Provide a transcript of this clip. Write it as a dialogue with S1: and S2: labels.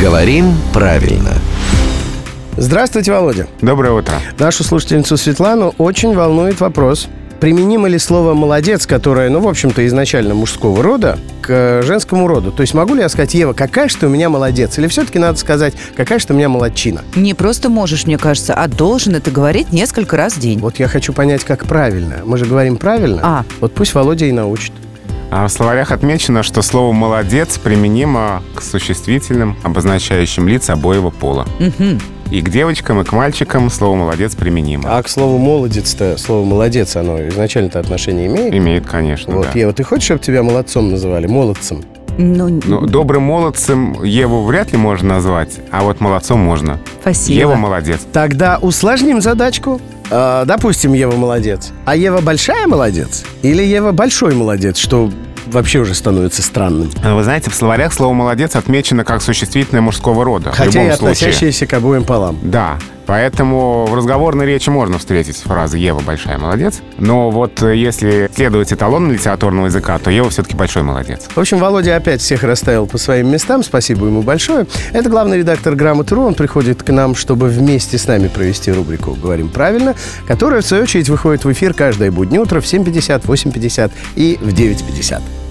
S1: Говорим правильно.
S2: Здравствуйте, Володя.
S3: Доброе утро.
S2: Нашу слушательницу Светлану очень волнует вопрос. Применимо ли слово «молодец», которое, ну, в общем-то, изначально мужского рода, к э, женскому роду? То есть могу ли я сказать, Ева, какая же ты у меня молодец? Или все-таки надо сказать, какая же ты у меня молодчина?
S4: Не просто можешь, мне кажется, а должен это говорить несколько раз в день.
S2: Вот я хочу понять, как правильно. Мы же говорим правильно.
S4: А.
S2: Вот пусть Володя и научит.
S3: А в словарях отмечено, что слово «молодец» применимо к существительным, обозначающим лиц обоего пола.
S4: Мгм.
S3: И к девочкам, и к мальчикам слово «молодец» применимо.
S2: А к слову «молодец»-то, слово «молодец», оно изначально-то отношение имеет?
S3: Имеет, конечно,
S2: Вот,
S3: да.
S2: Ева, ты хочешь, чтобы тебя молодцом называли? Молодцем?
S4: Ну,
S3: Ну, добрым молодцем Еву вряд ли можно назвать, а вот молодцом можно.
S4: спасибо.
S3: Ева молодец.
S2: Тогда усложним задачку. А, допустим, Ева молодец. А Ева большая молодец? Или Ева большой молодец, что вообще уже становится странным?
S3: А Вы знаете, в словарях слово «молодец» отмечено как существительное мужского рода. в
S2: Хотя и
S3: любом случае.
S2: относящиеся к обоим полам.
S3: Да, поэтому в разговорной речи можно встретить фразы «Ева большая молодец», но вот э, если следовать эталону литературного языка, то Ева все-таки большой молодец.
S2: В общем, Володя опять всех расставил по своим местам. Спасибо ему большое. Это главный редактор «Грамоты.ру». Он приходит к нам, чтобы вместе с нами провести рубрику «Говорим правильно», которая, в свою очередь, выходит в эфир каждое будни утро в 7.50, 8.50 и в 9.50.